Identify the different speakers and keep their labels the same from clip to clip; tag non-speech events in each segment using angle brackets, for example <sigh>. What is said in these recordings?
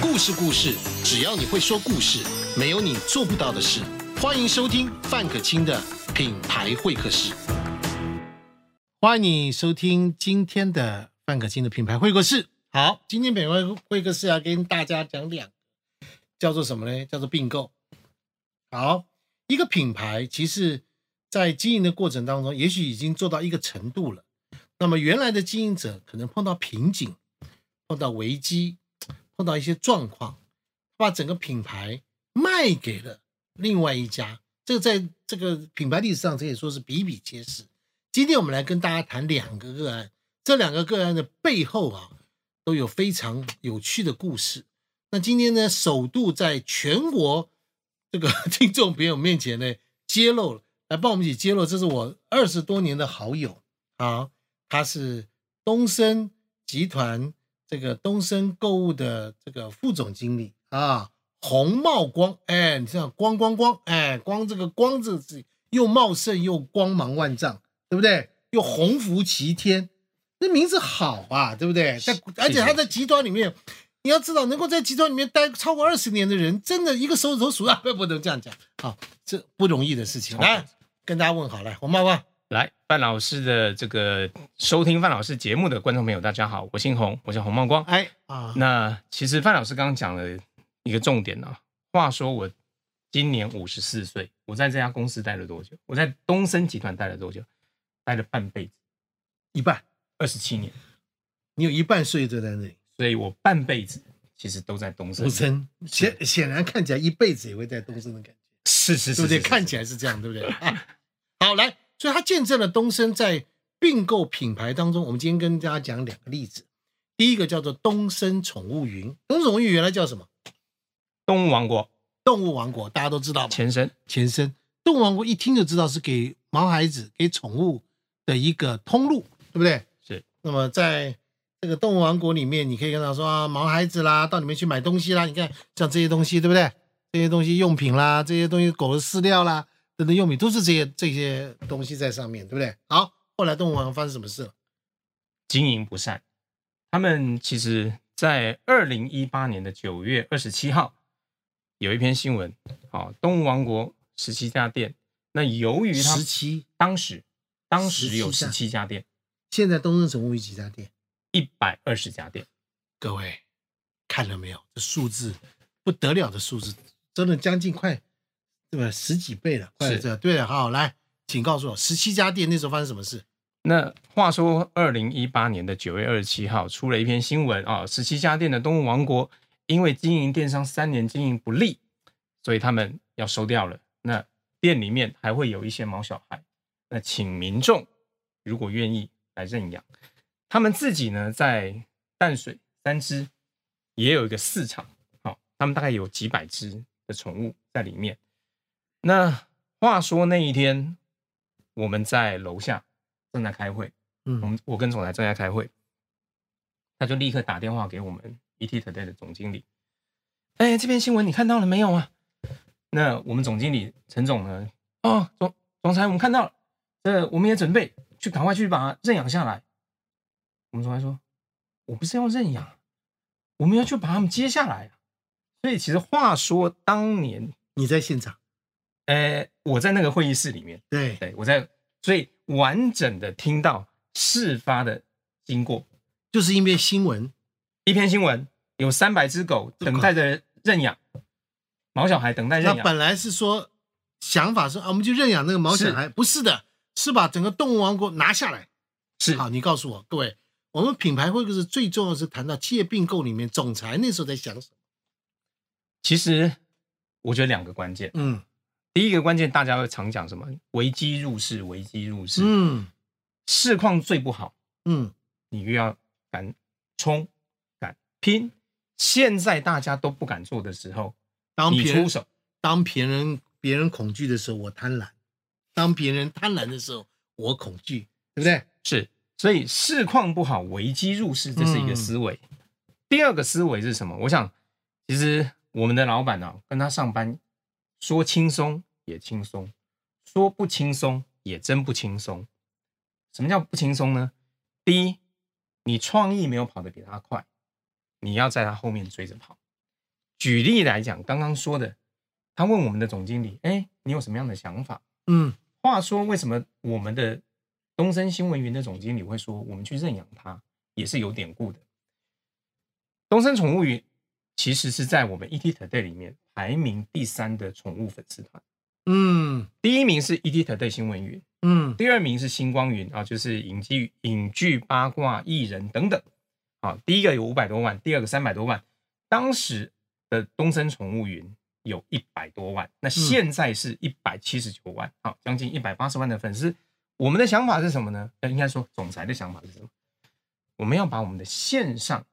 Speaker 1: 故事故事，只要你会说故事，没有你做不到的事。欢迎收听范可清的品牌会客室。欢迎你收听今天的范可清的品牌会客室。好，今天品牌会客室要跟大家讲两个，叫做什么呢？叫做并购。好，一个品牌其实在经营的过程当中，也许已经做到一个程度了。那么原来的经营者可能碰到瓶颈，碰到危机，碰到一些状况，把整个品牌卖给了另外一家。这个在这个品牌历史上可以说是比比皆是。今天我们来跟大家谈两个个案，这两个个案的背后啊，都有非常有趣的故事。那今天呢，首度在全国这个 <laughs> 听众朋友面前呢，揭露了，来帮我们一起揭露，这是我二十多年的好友啊，他是东升集团这个东升购物的这个副总经理啊，洪茂光，哎，你知道光光光，哎，光这个光字是又茂盛又光芒万丈，对不对？又鸿福齐天，那名字好啊，对不对？在而且他在集团里面。你要知道，能够在集团里面待超过二十年的人，真的一个手指头数啊，不不能这样讲啊，这不容易的事情。来，跟大家问好，来，洪茂光，
Speaker 2: 来，范老师的这个收听范老师节目的观众朋友，大家好，我姓洪，我叫洪茂光。
Speaker 1: 哎啊，
Speaker 2: 那其实范老师刚刚讲了一个重点啊，话说我今年五十四岁，我在这家公司待了多久？我在东森集团待了多久？待了半辈子，
Speaker 1: 一半，
Speaker 2: 二十七年，
Speaker 1: 你有一半岁月都在那里。
Speaker 2: 所以我半辈子其实都在东森。
Speaker 1: 东森显显然看起来一辈子也会在东森的感觉，
Speaker 2: 是是
Speaker 1: 对
Speaker 2: 是
Speaker 1: 不对？
Speaker 2: 是，
Speaker 1: 看起
Speaker 2: 来
Speaker 1: 来是这样，对不对？啊好，来，所以他见证了东升在并购品牌当中。我们今天跟大家讲两个例子，第一个叫做东升宠物云，东升宠物云原来叫什么？
Speaker 2: 动物王国
Speaker 1: 动物王国，大家都知道吧？
Speaker 2: 前身。
Speaker 1: 前身。动物王国一听就知道是给毛孩子、给宠物的一个通路，对不对？
Speaker 2: 是。
Speaker 1: 那么在这个动物王国里面，你可以跟他说啊，毛孩子啦，到里面去买东西啦。你看，像这些东西，对不对？这些东西用品啦，这些东西狗的饲料啦等等用品，都是这些这些东西在上面，对不对？好，后来动物王国发生什么事了？
Speaker 2: 经营不善。他们其实，在二零一八年的九月二十七号，有一篇新闻，啊，东吴王国十七家店，那由于他
Speaker 1: 十七，
Speaker 2: 当时当时有
Speaker 1: 17
Speaker 2: 十
Speaker 1: 家
Speaker 2: 七家店，
Speaker 1: 现在东森宠物云几家店？
Speaker 2: 一百二十家店，
Speaker 1: 各位看了没有？这数字不得了的数字，真的将近快对吧？十几倍了，快
Speaker 2: 是
Speaker 1: 这对了。好，来，请告诉我，十七家店那时候发生什么事？
Speaker 2: 那话说，二零一八年的九月二十七号出了一篇新闻啊，十七家店的东吴王国因为经营电商三年经营不利，所以他们要收掉了。那店里面还会有一些毛小孩，那请民众如果愿意来认养，他们自己呢在淡水三只也有一个饲场，好、他们大概有几百只的宠物在里面。那话说那一天我们在楼下正在开会，我
Speaker 1: 嗯
Speaker 2: 们我跟总裁正在开会，他就立刻打电话给我们 ETtoday 的总经理，哎，这篇新闻你看到了没有啊？那我们总经理陈总呢？哦，总总裁，我们看到了，这我们也准备去赶快去把它认养下来。我们总裁说，我不是要认养，我们要去把他们接下来啊。所以其实话说，当年，
Speaker 1: 你在现场？
Speaker 2: 呃，我在那个会议室里面，
Speaker 1: 对，
Speaker 2: 对我在，所以完整的听到事发的经过。
Speaker 1: 就是因为新闻，
Speaker 2: 一篇新闻有三百只狗等待着认养，毛小孩等待
Speaker 1: 那
Speaker 2: 认养，
Speaker 1: 本来是说想法说啊，我们就认养那个毛小孩，不是的，是把整个动物王国拿下来。
Speaker 2: 是
Speaker 1: 好，你告诉我，各位，我们品牌会客室最重要的是谈到企业并购里面，总裁那时候在想什么？
Speaker 2: 其实我觉得两个关键，
Speaker 1: 嗯
Speaker 2: 第一个关键大家会常讲什么？危机入市，危机入市，
Speaker 1: 嗯
Speaker 2: 市况最不好，
Speaker 1: 嗯，
Speaker 2: 你越要敢冲、敢拼。现在大家都不敢做的时候，
Speaker 1: 当
Speaker 2: 你
Speaker 1: 别人
Speaker 2: 出手，
Speaker 1: 当别人别人恐惧的时候，我贪婪；当别人贪婪的时候，我恐惧，对不对？
Speaker 2: 是，所以市况不好，危机入市，这是一个思维。第二个思维是什么？我想，其实我们的老板呢、啊跟他上班，说轻松也轻松，说不轻松也真不轻松。什么叫不轻松呢？第一，你创意没有跑得比他快，你要在他后面追着跑。举例来讲，刚刚说的，他问我们的总经理：“哎，你有什么样的想法
Speaker 1: 嗯，？”
Speaker 2: 话说，为什么我们的东森新闻云的总经理会说我们去认养它也是有典故的？东森宠物云其实是在我们 ET Today 里面排名第三的宠物粉丝团，
Speaker 1: 嗯
Speaker 2: 第一名是 ET Today 新闻云，
Speaker 1: 嗯
Speaker 2: 第二名是星光云啊，就是影剧、影剧、八卦、艺人等等。啊，第一个有五百多万，第二个三百多万。当时的东森宠物云有一百多万，那现在是一百七十九万，啊，将近一百八十万的粉丝。我们的想法是什么呢？呃，应该说总裁的想法是什么？我们要把我们的线上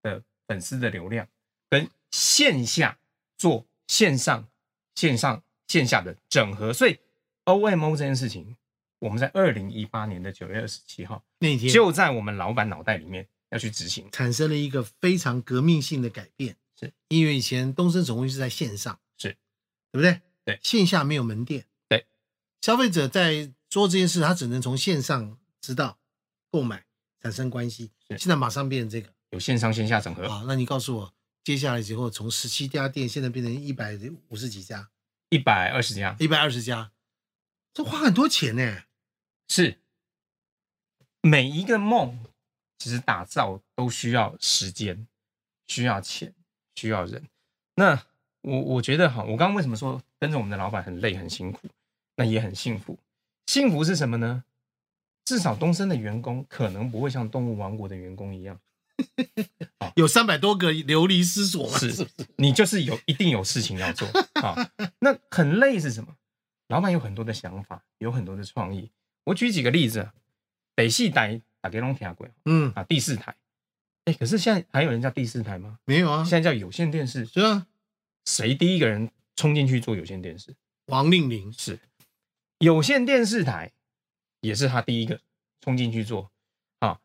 Speaker 2: 的粉丝的流量跟线下做线上、线上、线下的整合，所以 OMO 这件事情，我们在二零一八年的九月二十七号
Speaker 1: 那一天
Speaker 2: 就在我们老板脑袋里面要去执行。
Speaker 1: 产生了一个非常革命性的改变，
Speaker 2: 是
Speaker 1: 因为以前东森总会是在线上，
Speaker 2: 是
Speaker 1: 对不对？
Speaker 2: 对
Speaker 1: 线下没有门店，
Speaker 2: 对，
Speaker 1: 消费者在做这件事，他只能从线上知道、购买、产生关系。
Speaker 2: 是呃
Speaker 1: 现在马上变成这个，
Speaker 2: 有线上线下整合，
Speaker 1: 好，那你告诉我，接下来之后从十七家店现在变成一百五十几家、
Speaker 2: 一百二十家
Speaker 1: 一百二十家，这花很多钱呢、
Speaker 2: 是每一个梦，其实打造都需要时间，需要钱，需要人。那我我觉得哈，我刚刚为什么说跟着我们的老板很累很辛苦，那也很幸福。幸福是什么呢？至少东森的员工可能不会像动物王国的员工一样，
Speaker 1: 有三百多个流离失所嘛，
Speaker 2: 是
Speaker 1: 不
Speaker 2: 你就是有一定有事情要做啊。那很累是什么？老板有很多的想法，有很多的创意。我举几个例子啊，北戏台打给龙听过
Speaker 1: 嗯，
Speaker 2: 啊，第四台。哎，可是现在还有人叫第四台吗？
Speaker 1: 没有啊，
Speaker 2: 现在叫有线电视。
Speaker 1: 是啊，
Speaker 2: 谁第一个人冲进去做有线电视？
Speaker 1: 王令麟，
Speaker 2: 是有线电视台，也是他第一个冲进去做啊。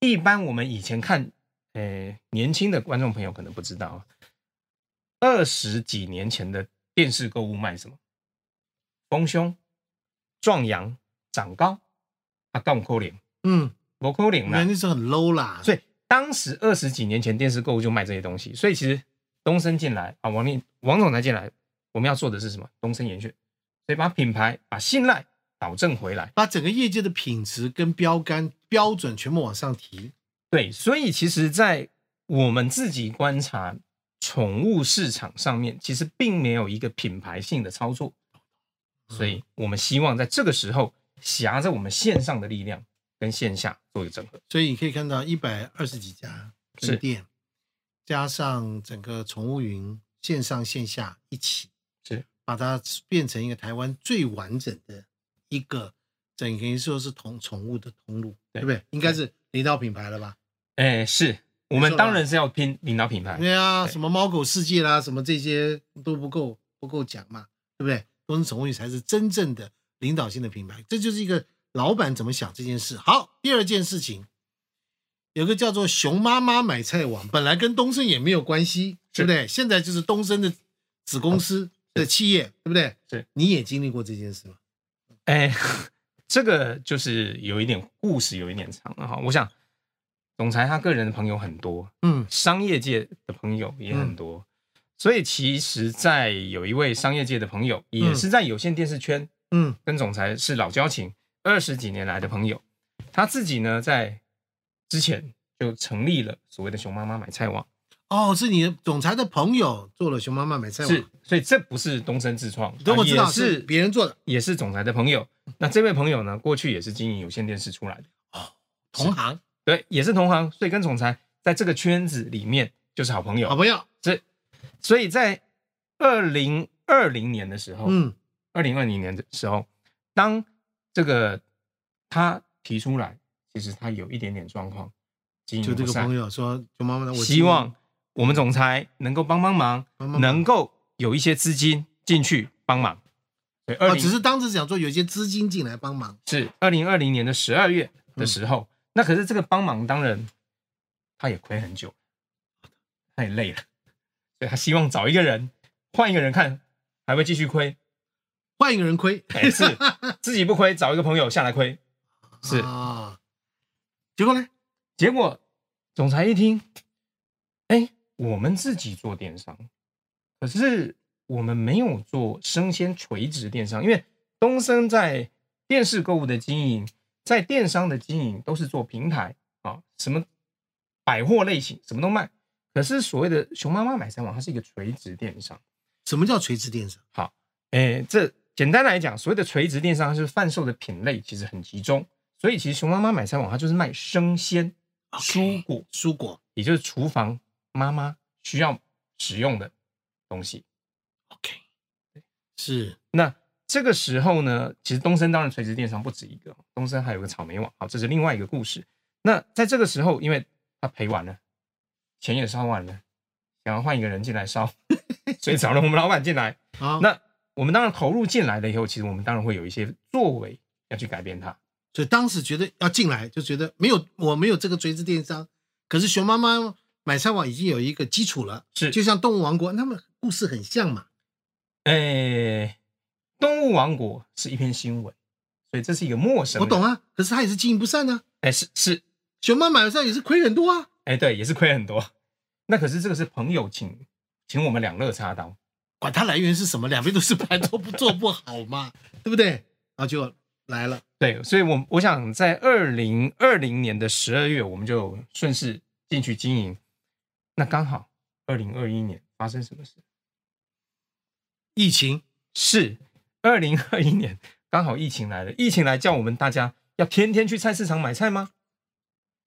Speaker 2: 一般我们以前看，呃，年轻的观众朋友可能不知道啊，二十几年前的电视购物卖什么？丰胸、壮阳、长高，啊，杠扣脸，
Speaker 1: 嗯，
Speaker 2: 不扣脸啦
Speaker 1: 那。那时候很 low 啦，
Speaker 2: 所以当时二十几年前电视购物就卖这些东西，所以其实东升进来啊，王令王总裁进来，我们要做的是什么？东升延续，所以把品牌、把信赖导正回来。
Speaker 1: 把整个业界的品质跟标杆标准全部往上提。
Speaker 2: 对，所以其实，在我们自己观察宠物市场上面，其实并没有一个品牌性的操作，所以我们希望在这个时候，挟着我们线上的力量跟线下做一个整合。
Speaker 1: 所以你可以看到一百二十几家分店，加上整个宠物云线上线下一起，
Speaker 2: 是
Speaker 1: 把它变成一个台湾最完整的一个，整个说是同宠物的通路，对
Speaker 2: 对
Speaker 1: 不对？应该是领导品牌了吧？
Speaker 2: 哎，是我
Speaker 1: 没错
Speaker 2: 们
Speaker 1: 啦
Speaker 2: 当然是要拼领导品牌，
Speaker 1: 对啊，
Speaker 2: 对
Speaker 1: 什么猫狗世界啦，什么这些都不够不够讲嘛，对不对？东森宠物云才是真正的领导性的品牌，这就是一个老板怎么想这件事。好，第二件事情，有个叫做“熊妈妈买菜网”，本来跟东森也没有关系，对
Speaker 2: 是啊
Speaker 1: 不对？现在就是东森的子公司的企业，对不对？
Speaker 2: 是，
Speaker 1: 你也经历过这件事吗？
Speaker 2: 哎， <laughs> 这个就是有一点故事，有一点长了哈。我想，总裁他个人的朋友很多，
Speaker 1: 嗯
Speaker 2: 商业界的朋友也很多，所以其实，在有一位商业界的朋友，也是在有线电视圈
Speaker 1: 嗯
Speaker 2: 跟总裁是老交情，二十几年来的朋友，他自己呢在之前就成立了所谓的“熊妈妈买菜网
Speaker 1: 哦，是你的总裁的朋友做了“熊妈妈买”，菜网，
Speaker 2: 是，所以这不是东升自创，啊
Speaker 1: 对，我知道
Speaker 2: 也
Speaker 1: 是别人做的，
Speaker 2: 也是总裁的朋友。那这位朋友呢，过去也是经营有线电视出来的。
Speaker 1: 同行
Speaker 2: 对，也是同行，所以跟总裁在这个圈子里面就是好朋友。
Speaker 1: 好朋友，
Speaker 2: 这，所以在二零二零年的时候，
Speaker 1: 嗯
Speaker 2: 二零二零年的时候，当这个他提出来，其实他有一点点状况，经
Speaker 1: 就
Speaker 2: 营
Speaker 1: 这
Speaker 2: 嗯不
Speaker 1: 个
Speaker 2: 善
Speaker 1: 朋，友说，熊妈妈，我
Speaker 2: 希望我们总裁能够帮帮忙，
Speaker 1: 帮帮忙
Speaker 2: 能够有一些资金进去帮忙。对，二
Speaker 1: 啊，
Speaker 2: 零
Speaker 1: 只是当时想说有一些资金进来帮忙，
Speaker 2: 是二零二零年的十二月的时候，那可是这个帮忙当然他也亏很久，他也累了，所以他希望找一个人换一个人看，还会继续亏，
Speaker 1: 换一个人亏，
Speaker 2: 哎是自己不亏，找一个朋友下来亏，是。
Speaker 1: 啊。结果呢？
Speaker 2: 结果总裁一听，哎，我们自己做电商，可是我们没有做生鲜垂直电商，因为东升在电视购物的经营，在电商的经营都是做平台啊，什么百货类型什么都卖。可是所谓的熊妈妈买三网，它是一个垂直电商。
Speaker 1: 什么叫垂直电商？
Speaker 2: 诶，这简单来讲，所谓的垂直电商是贩售的品类其实很集中，所以其实熊妈妈买菜网它就是卖生鲜、蔬果，
Speaker 1: 蔬果
Speaker 2: 也就是厨房妈妈需要使用的东西。
Speaker 1: ，OK，是
Speaker 2: 那这个时候呢，其实东升当然垂直电商不止一个，哦东升还有个草莓网，好，这是另外一个故事。那在这个时候，因为他赔完了，钱也烧完了，想要换一个人进来烧， <laughs> 所以找了我们老板进来。
Speaker 1: 啊，
Speaker 2: 那我们当然投入进来了以后，其实我们当然会有一些作为要去改变它。
Speaker 1: 所以当时觉得要进来，就觉得没有我没有这个垂直电商，可是熊妈妈买菜网已经有一个基础了，
Speaker 2: 是
Speaker 1: 就像动物王国，他们故事很像嘛。
Speaker 2: 诶，动物王国是一篇新闻，所以这是一个陌生。
Speaker 1: 我懂。啊，可是他也是经营不善啊，
Speaker 2: 哎，是是，
Speaker 1: 熊妈买菜也是亏很多啊，
Speaker 2: 哎，对，也是亏很多。那可是这个是朋友请请我们两肋插刀，
Speaker 1: 管它来源是什么，两边都是盘做不做不好
Speaker 2: <laughs>
Speaker 1: 嘛，对不对？然后就来了，
Speaker 2: 对，所以我我想在二零二零年的十二月，我们就顺势进去经营。那刚好二零二一年发生什么事？
Speaker 1: 疫情
Speaker 2: 是二零二一年，刚好疫情来了，疫情来叫我们大家要天天去菜市场买菜吗？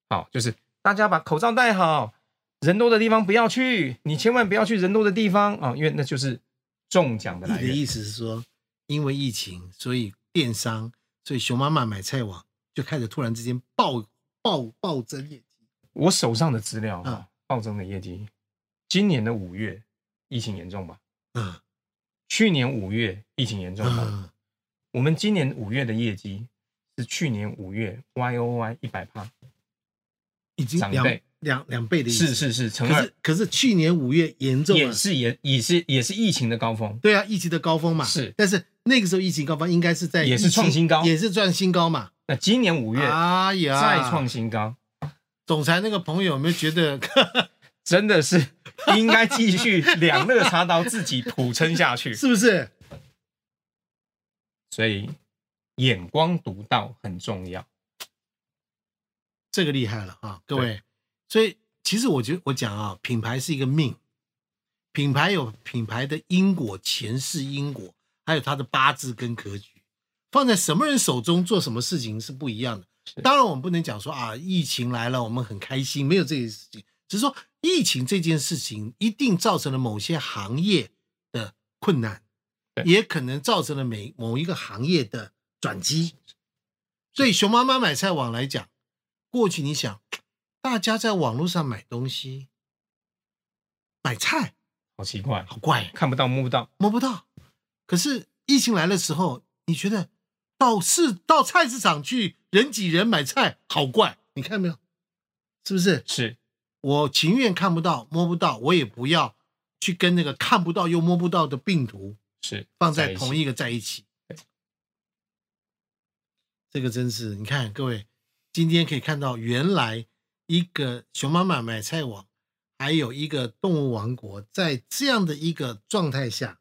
Speaker 2: 好，就是大家把口罩戴好，人多的地方不要去，你千万不要去人多的地方啊、因为那就是中奖的
Speaker 1: 你
Speaker 2: 来
Speaker 1: 的
Speaker 2: 源。
Speaker 1: 意思是说，因为疫情，所以电商，所以熊妈妈买菜网就开始突然之间暴暴暴增业绩，
Speaker 2: 我手上的资料
Speaker 1: 嗯
Speaker 2: 啊，暴增的业绩，今年的五月疫情严重吧？
Speaker 1: 嗯
Speaker 2: 去年五月疫情严重吧？
Speaker 1: 嗯，
Speaker 2: 我们今年五月的业绩是去年五月 Y O Y 一百趴，
Speaker 1: 已经
Speaker 2: 长
Speaker 1: 两
Speaker 2: 辈
Speaker 1: 两两倍的意思，
Speaker 2: 是是是，乘
Speaker 1: 可
Speaker 2: 二
Speaker 1: 是可是去年五月严重
Speaker 2: 也
Speaker 1: 了，
Speaker 2: 是也也是也是疫情的高峰，
Speaker 1: 对啊，疫情的高峰嘛，
Speaker 2: 是
Speaker 1: 但是那个时候疫情高峰应该是在
Speaker 2: 也是
Speaker 1: 疫情
Speaker 2: 创新高
Speaker 1: 也是创新高嘛。
Speaker 2: 那今年五月
Speaker 1: 哎呀，
Speaker 2: 再创新高，
Speaker 1: 总裁那个朋友有没有觉得 <laughs>
Speaker 2: 真的是 <laughs> 应该继续两肋插刀自己苦撑下去。
Speaker 1: 是不是？
Speaker 2: 所以眼光独到很重要。
Speaker 1: 这个厉害了啊，各位。所以其实我觉得我讲啊，品牌是一个命，品牌有品牌的因果、前世因果，还有它的八字跟格局，放在什么人手中做什么事情是不一样的
Speaker 2: 是。
Speaker 1: 当然，我们不能讲说啊，疫情来了，我们很开心，没有这些事情，只是说疫情这件事情一定造成了某些行业的困难，
Speaker 2: 对
Speaker 1: 也可能造成了每某一个行业的转机。所以，熊妈妈买菜网来讲，过去你想，大家在网络上买东西、买菜，
Speaker 2: 好奇怪，
Speaker 1: 好怪，
Speaker 2: 看不到摸不到，
Speaker 1: 摸不到。可是疫情来的时候，你觉得到市到菜市场去人挤人买菜，好怪，你看没有？是不是？
Speaker 2: 是
Speaker 1: 我情愿看不到、摸不到，我也不要去跟那个看不到又摸不到的病毒
Speaker 2: 是
Speaker 1: 放在同
Speaker 2: 一起
Speaker 1: 一个在一起
Speaker 2: 对。
Speaker 1: 这个真是，你看各位，今天可以看到，原来一个熊妈妈买菜网，还有一个动物王国，在这样的一个状态下，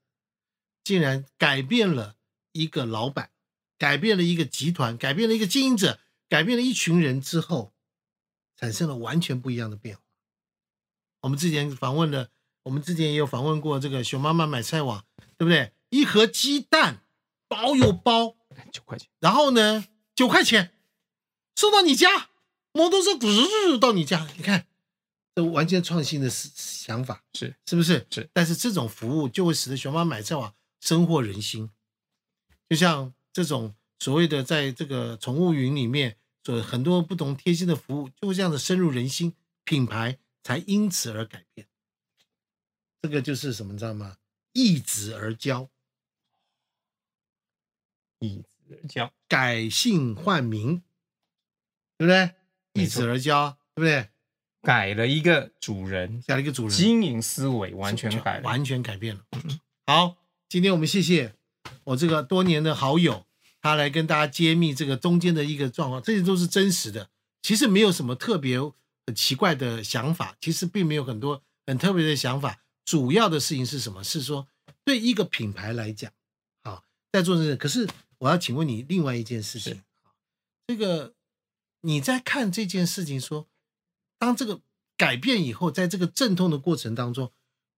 Speaker 1: 竟然改变了一个老板，改变了一个集团，改变了一个经营者，改变了一群人之后，产生了完全不一样的变化。我们之前访问了，我们之前也有访问过这个熊妈妈买菜网，对不对？一盒鸡蛋包邮包，
Speaker 2: 九块钱，
Speaker 1: 然后呢九块钱送到你家，摩托车嘟到你家，你看这完全创新的思想法，
Speaker 2: 是
Speaker 1: 是不是？
Speaker 2: 是。
Speaker 1: 但是这种服务就会使得熊妈买菜网深获人心，就像这种所谓的在这个宠物云里面所很多不同贴心的服务，就会这样的深入人心，品牌才因此而改变。这个就是什么，你知道吗？易子而教，
Speaker 2: 椅子胶
Speaker 1: 改姓换名，对不对？易
Speaker 2: 没错
Speaker 1: 子而教，对不对？
Speaker 2: 改了一个主人，
Speaker 1: 改了一个主人，
Speaker 2: 经营思维完全改嗯了。
Speaker 1: 完全改变了。好，今天我们谢谢我这个多年的好友，他来跟大家揭秘这个中间的一个状况，这些都是真实的。其实没有什么特别很奇怪的想法，其实并没有很多很特别的想法。主要的事情是什么？是说对一个品牌来讲，好在做这个。可是我要请问你另外一件事情
Speaker 2: 是，
Speaker 1: 这个你在看这件事情说，当这个改变以后，在这个阵痛的过程当中，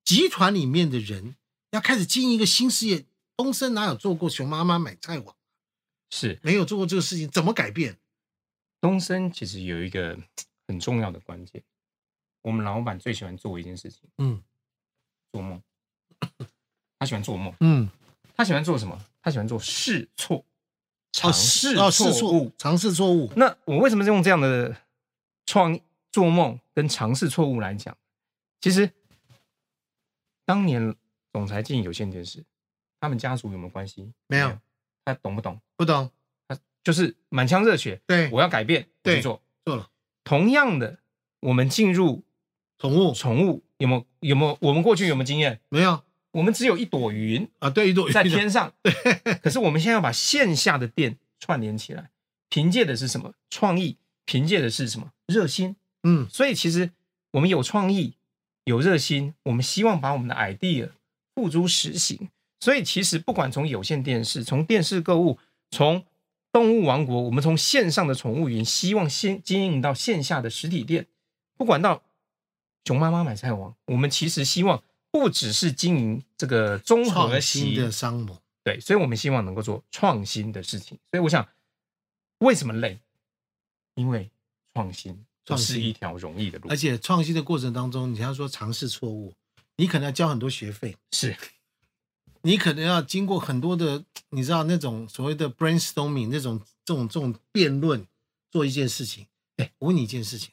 Speaker 1: 集团里面的人要开始经营一个新事业，东升哪有做过熊妈妈买菜网？
Speaker 2: 是
Speaker 1: 没有做过这个事情，怎么改变？
Speaker 2: 东升其实有一个很重要的关键，我们老板最喜欢做一件事情，
Speaker 1: 嗯
Speaker 2: 做梦。他喜欢做梦，
Speaker 1: 嗯，
Speaker 2: 他喜欢做什么？他喜欢做试错，尝
Speaker 1: 哦
Speaker 2: 试
Speaker 1: 哦试
Speaker 2: 错误。
Speaker 1: 尝试错误，
Speaker 2: 那我为什么用这样的创做梦跟尝试错误来讲？其实当年总裁进有线电视，他们家族有没有关系？
Speaker 1: 没有，
Speaker 2: 他懂不懂？
Speaker 1: 不懂，
Speaker 2: 就是满腔热血，
Speaker 1: 对
Speaker 2: 我要改变，我
Speaker 1: 对
Speaker 2: 去做。
Speaker 1: 做了
Speaker 2: 同样的，我们进入
Speaker 1: 宠物
Speaker 2: 宠物，有没有有没有？我们过去有没有经验？
Speaker 1: 没有
Speaker 2: 我们只有一朵云
Speaker 1: <laughs> 啊？对，一朵
Speaker 2: 在天上，可是我们现在要把线下的店串联起来，凭借的是什么？创意，凭借的是什么？热心。
Speaker 1: 嗯
Speaker 2: 所以其实我们有创意，有热心，我们希望把我们的 idea 付诸实行。所以其实不管从有线电视、从电视购物、从动物王国，我们从线上的宠物云，希望先经营到线下的实体店，不管到熊妈妈买菜网，我们其实希望不只是经营这个综合
Speaker 1: 创
Speaker 2: 型
Speaker 1: 新的商模，
Speaker 2: 对，所以我们希望能够做创新的事情。所以我想，为什么累？因为创新不
Speaker 1: 创新
Speaker 2: 是一条容易的路
Speaker 1: 而，且创新的过程当中，你要说尝试错误，你可能要交很多学费，
Speaker 2: 是
Speaker 1: 你可能要经过很多的，你知道那种所谓的 brainstorming 那种这种这种辩论，做一件事情。哎，我问你一件事情，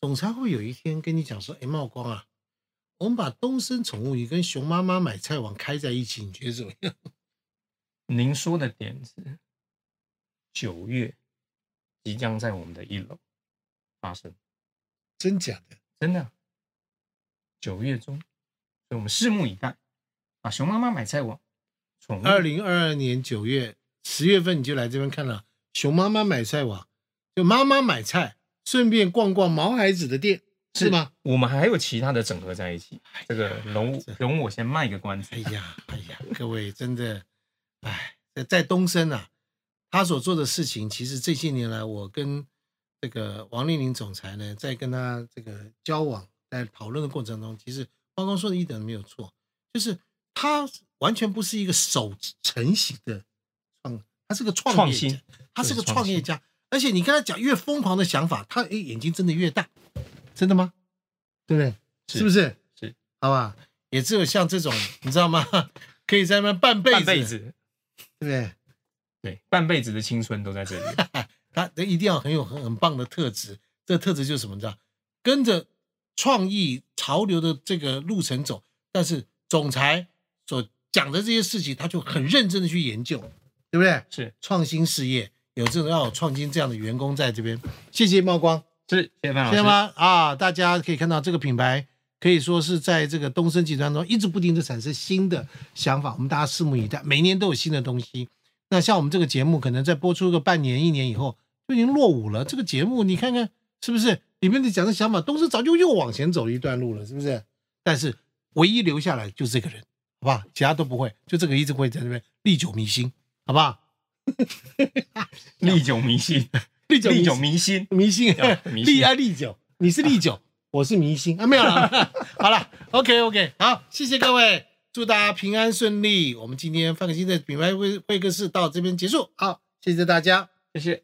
Speaker 1: 总裁会有一天跟你讲说，哎，茂光啊，我们把东升宠物鱼跟熊妈妈买菜网开在一起，你觉得怎么样？ <laughs>
Speaker 2: 您说的点子，九月即将在我们的一楼发生，
Speaker 1: 真假的？
Speaker 2: 真的，九月中，所以我们拭目以待，把熊妈妈买菜网宠物
Speaker 1: 二零二二年九月、十月份你就来这边看了熊妈妈买菜网，就妈妈买菜，顺便逛逛毛孩子的店，是吗？？
Speaker 2: 我们还有其他的整合在一起，这个容我
Speaker 1: 哎这
Speaker 2: 容我先卖个关子
Speaker 1: 哎。呀，哎呀，各位真的，哎，在在东升啊，他所做的事情，其实这些年来，我跟这个王丽玲总裁呢，在跟他这个交往、在讨论的过程中，其实包光说的一点都没有错，就是他完全不是一个守成型的创，他是个创
Speaker 2: 创
Speaker 1: 业
Speaker 2: 新
Speaker 1: 家，他是个
Speaker 2: 对创
Speaker 1: 创业
Speaker 2: 新
Speaker 1: 家，而且你跟他讲越疯狂的想法，他哎眼睛真的越大，真的吗？对不对？
Speaker 2: 是
Speaker 1: 是不是？
Speaker 2: 是，
Speaker 1: 好吧，也只有像这
Speaker 2: <laughs>
Speaker 1: 种，你知道吗？ <laughs> 可以在那边半辈子，
Speaker 2: 半辈子，
Speaker 1: 对不对？
Speaker 2: 对，半辈子的青春都在这里。
Speaker 1: <laughs> 他他一定要很有很很棒的特质，这个特质就是什么？你知道，跟着创意潮流的这个路程走，但是总裁所讲的这些事情，他就很认真的去研究，对不对？
Speaker 2: 是
Speaker 1: 创新事业有这种要有创新这样的员工在这边，谢谢茂光。
Speaker 2: 是，谢谢范老师。
Speaker 1: 对吗？啊，大家可以看到这个品牌可以说是在这个东升集团中一直不停的产生新的想法，我们大家拭目以待，每年都有新的东西。那像我们这个节目，可能在播出个半年、一年以后就已经落伍了。这个节目你看看是不是里面的讲的想法，东升早就又往前走了一段路了，是不是？但是唯一留下来就是这个人，好不好？其他都不会，就这个一直会在那边历久弥新，好不好？
Speaker 2: 历久弥新，
Speaker 1: 历久弥新
Speaker 2: 历久弥新。
Speaker 1: 迷信
Speaker 2: 啊，迷信
Speaker 1: 历爱历久，你是历久，我是迷信啊，没有
Speaker 2: <laughs>
Speaker 1: 了，好了，OK OK，好，谢谢各位，祝大家平安顺利。我们今天范可新的品牌会会客室到这边结束，好，谢谢大家。
Speaker 2: 谢谢。